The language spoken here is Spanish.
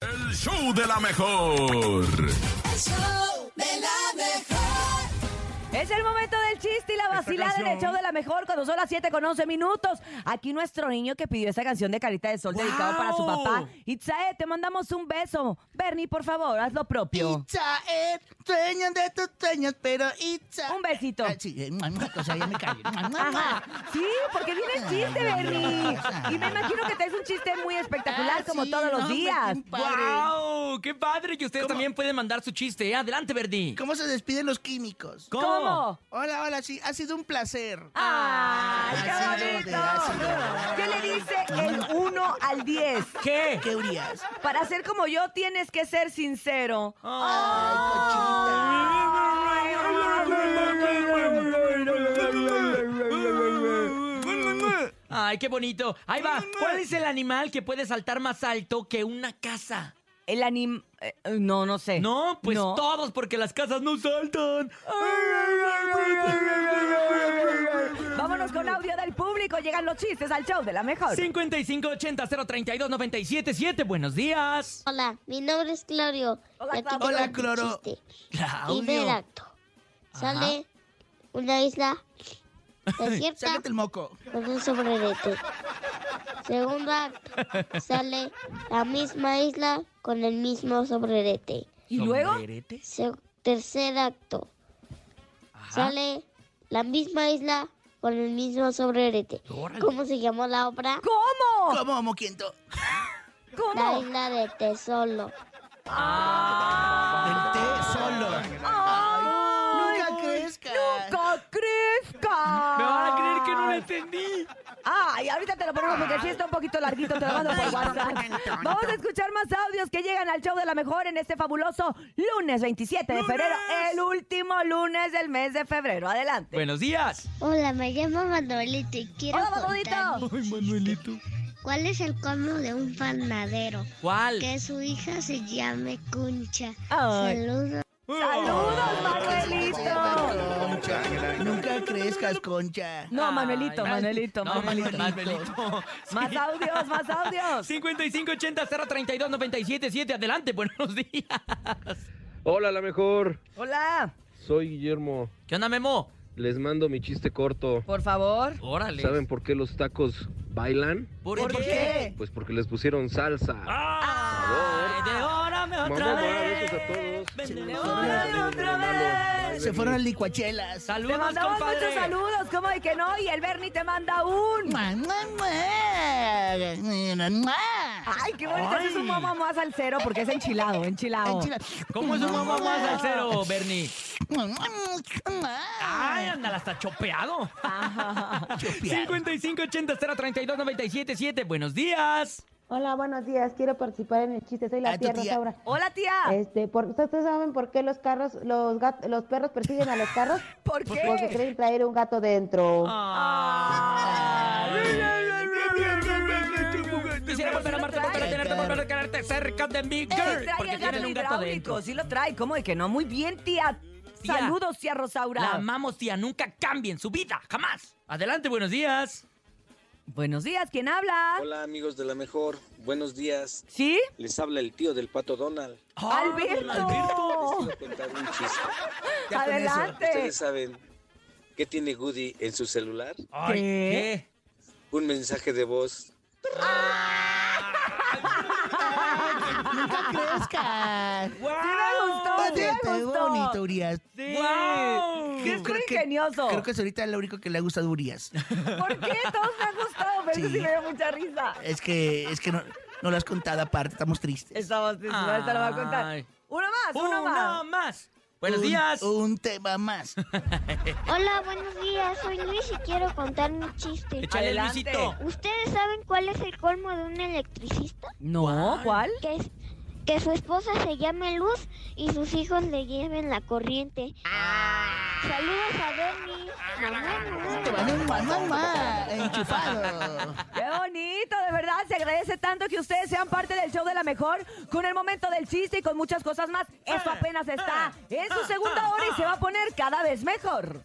El show de la mejor. Es el momento del chiste y la vacilada en el show de la mejor cuando son las 7 con 11 minutos. Aquí nuestro niño que pidió esta canción de Carita de Sol dedicado para su papá. Itzae, te mandamos un beso. Bernie, por favor, haz lo propio. Itzae, sueño de tus eh, sueños, pero Itza. Un besito. Ah, sí, eh, mua, mua, o sea, ya me callo. Mua, mua, Oh, Ajá. mua. Sí, porque viene el chiste, Bernie. Y me imagino que te es un chiste muy espectacular Ah, como sí, todos no, los hombre, días. qué padre. ¡Wow! ¡Qué padre! que ustedes también pueden mandar su chiste. ¿eh? Adelante, Verdi. ¿Cómo se despiden los químicos? ¿Cómo? Hola, hola, sí, ha sido un placer. ¡Ay, Ah, sí, qué bonito! gracias, gracias. ¿Qué le dice el 1 al 10? ¿Qué? ¿Qué Urias? Para ser como yo tienes que ser sincero. Ay, cochita. Ay, qué bonito. Ahí va. ¿Cuál es el animal que puede saltar más alto que una casa? El anim... eh, no, no sé. No, pues No. todos, porque las casas no saltan. Vámonos con audio del público. Llegan los chistes al show de la mejor. 5580-032-977. Buenos días. Hola, mi nombre es Claudio. Hola, Y aquí Claudio. tengo Hola, un Cloro. chiste. Primer Claudio. acto. Sale una isla desierta Sácate el moco. con un sobrerete. Segundo acto. Sale la misma isla con el mismo sobrerete. ¿Y luego? Sombrerete. Se- tercer acto. Ajá. Sale la misma isla con el mismo sobrerete. Órale. ¿Cómo se llamó la obra? ¿Cómo? ¿Cómo, moquiento? La ¿Cómo? isla de tesoro. Ah. Del té solo. Ay, Nunca crezcas. ¡Nunca crezca! Me van a creer que no Ah. lo entendí. Ay, ahorita te lo ponemos porque sí está un poquito larguito, te lo mando por WhatsApp. Vamos a escuchar más audios que llegan al show de la mejor en este fabuloso lunes 27 de febrero, el último lunes del mes de febrero. Adelante. Buenos días. Hola, me llamo Manuelito y quiero Hola, Manolito. Ay, Manuelito. ¿Cuál es el colmo de un panadero? ¿Cuál? Que su hija se llame Cuncha. Ay. Saludos. Saludos, Manuelito. Concha. Nunca crezcas, concha. No, Manuelito, Ay, Manuelito, no, Manuelito. Manuelito. Más audios, más audios. 5580 032 977 Adelante, buenos días. Hola, la mejor. Hola, Soy Guillermo. ¿Qué onda, Memo? Les mando mi chiste corto. por favor. Órale. ¿Saben por qué los tacos bailan? ¿Por, ¿Por qué? Pues porque les pusieron salsa. ¡Ah! ¡Devórame otra Mamá, vez! besos a todos. Ven, Te devórame mando otra otra vez. Se fueron a licuachelas. Te ¡Saludos, mandamos compadre! muchos saludos, ¿cómo de que no? Y el Bernie te manda un. Mua, mua, mua. Mira, mua. Ay, qué bonito. Ese es un mamá más al cero porque es enchilado, enchilado. Enchila- ¿Cómo es un mamá más al cero, Bernie? Mua, mua, mua. ¡Ay, anda, hasta chopeado! Chopeado. 5580 032 977 Buenos días. Hola, buenos días. Quiero participar en el chiste. Soy la Ah, tu tía tía. Rosaura. Hola, tía. Este, por, ¿Ustedes saben por qué los carros, los gat- los perros persiguen a los carros? ¿Por Porque qué? creen traer un gato dentro. Ah. Quisiera volver a amarte, volver a tenerte, volver a quererte cerca de mí, Sí girl. trae Porque el gato tienen un gato hidráulico, dentro. sí lo trae. ¿Cómo de que no? Muy bien, tía. Tía. Saludos, tía Rosaura. La amamos, tía. Nunca cambien su vida, jamás. Adelante, buenos días. Buenos días, ¿quién habla? Hola amigos de la mejor, buenos días. ¿Sí? Les habla el tío del pato Donald. Alberto. Les quiero contar un chiste. Ya con eso. Adelante. Ustedes saben qué tiene Goody en su celular? Ah. Ay, ¿Qué? Un mensaje de voz. Nunca Sí crezcas. me gustó, sí Oye, me te veo bonito, gustó. Urias. ¡Wow! Sí, es muy Creo que- ingenioso. Creo que es ahorita lo único que le gusta a Urias. ¿Por qué? Todos me han gustado, pero eso sí Sí. me dio mucha risa. Es que, es que no, no lo has contado aparte, estamos tristes. Estamos tristes, ahorita lo voy a contar. Ay. Uno más, uno ¡Una más. más! Buenos Un- días. Un tema más. Hola, buenos días. Soy Luis y quiero contar un chiste. Échale, Adelante. Luisito. ¿Ustedes saben cuál es el colmo de un electricista? No, ¿cuál? Que, es- que su esposa se llame Luz y sus hijos le lleven la corriente. Saludos a Denny. Te van un mamá, mamá, enchufado. Qué bonito, de verdad, se agradece tanto que ustedes sean parte del show de la mejor con el momento del chiste y con muchas cosas más. Esto apenas está en su segunda hora y se va a poner cada vez mejor.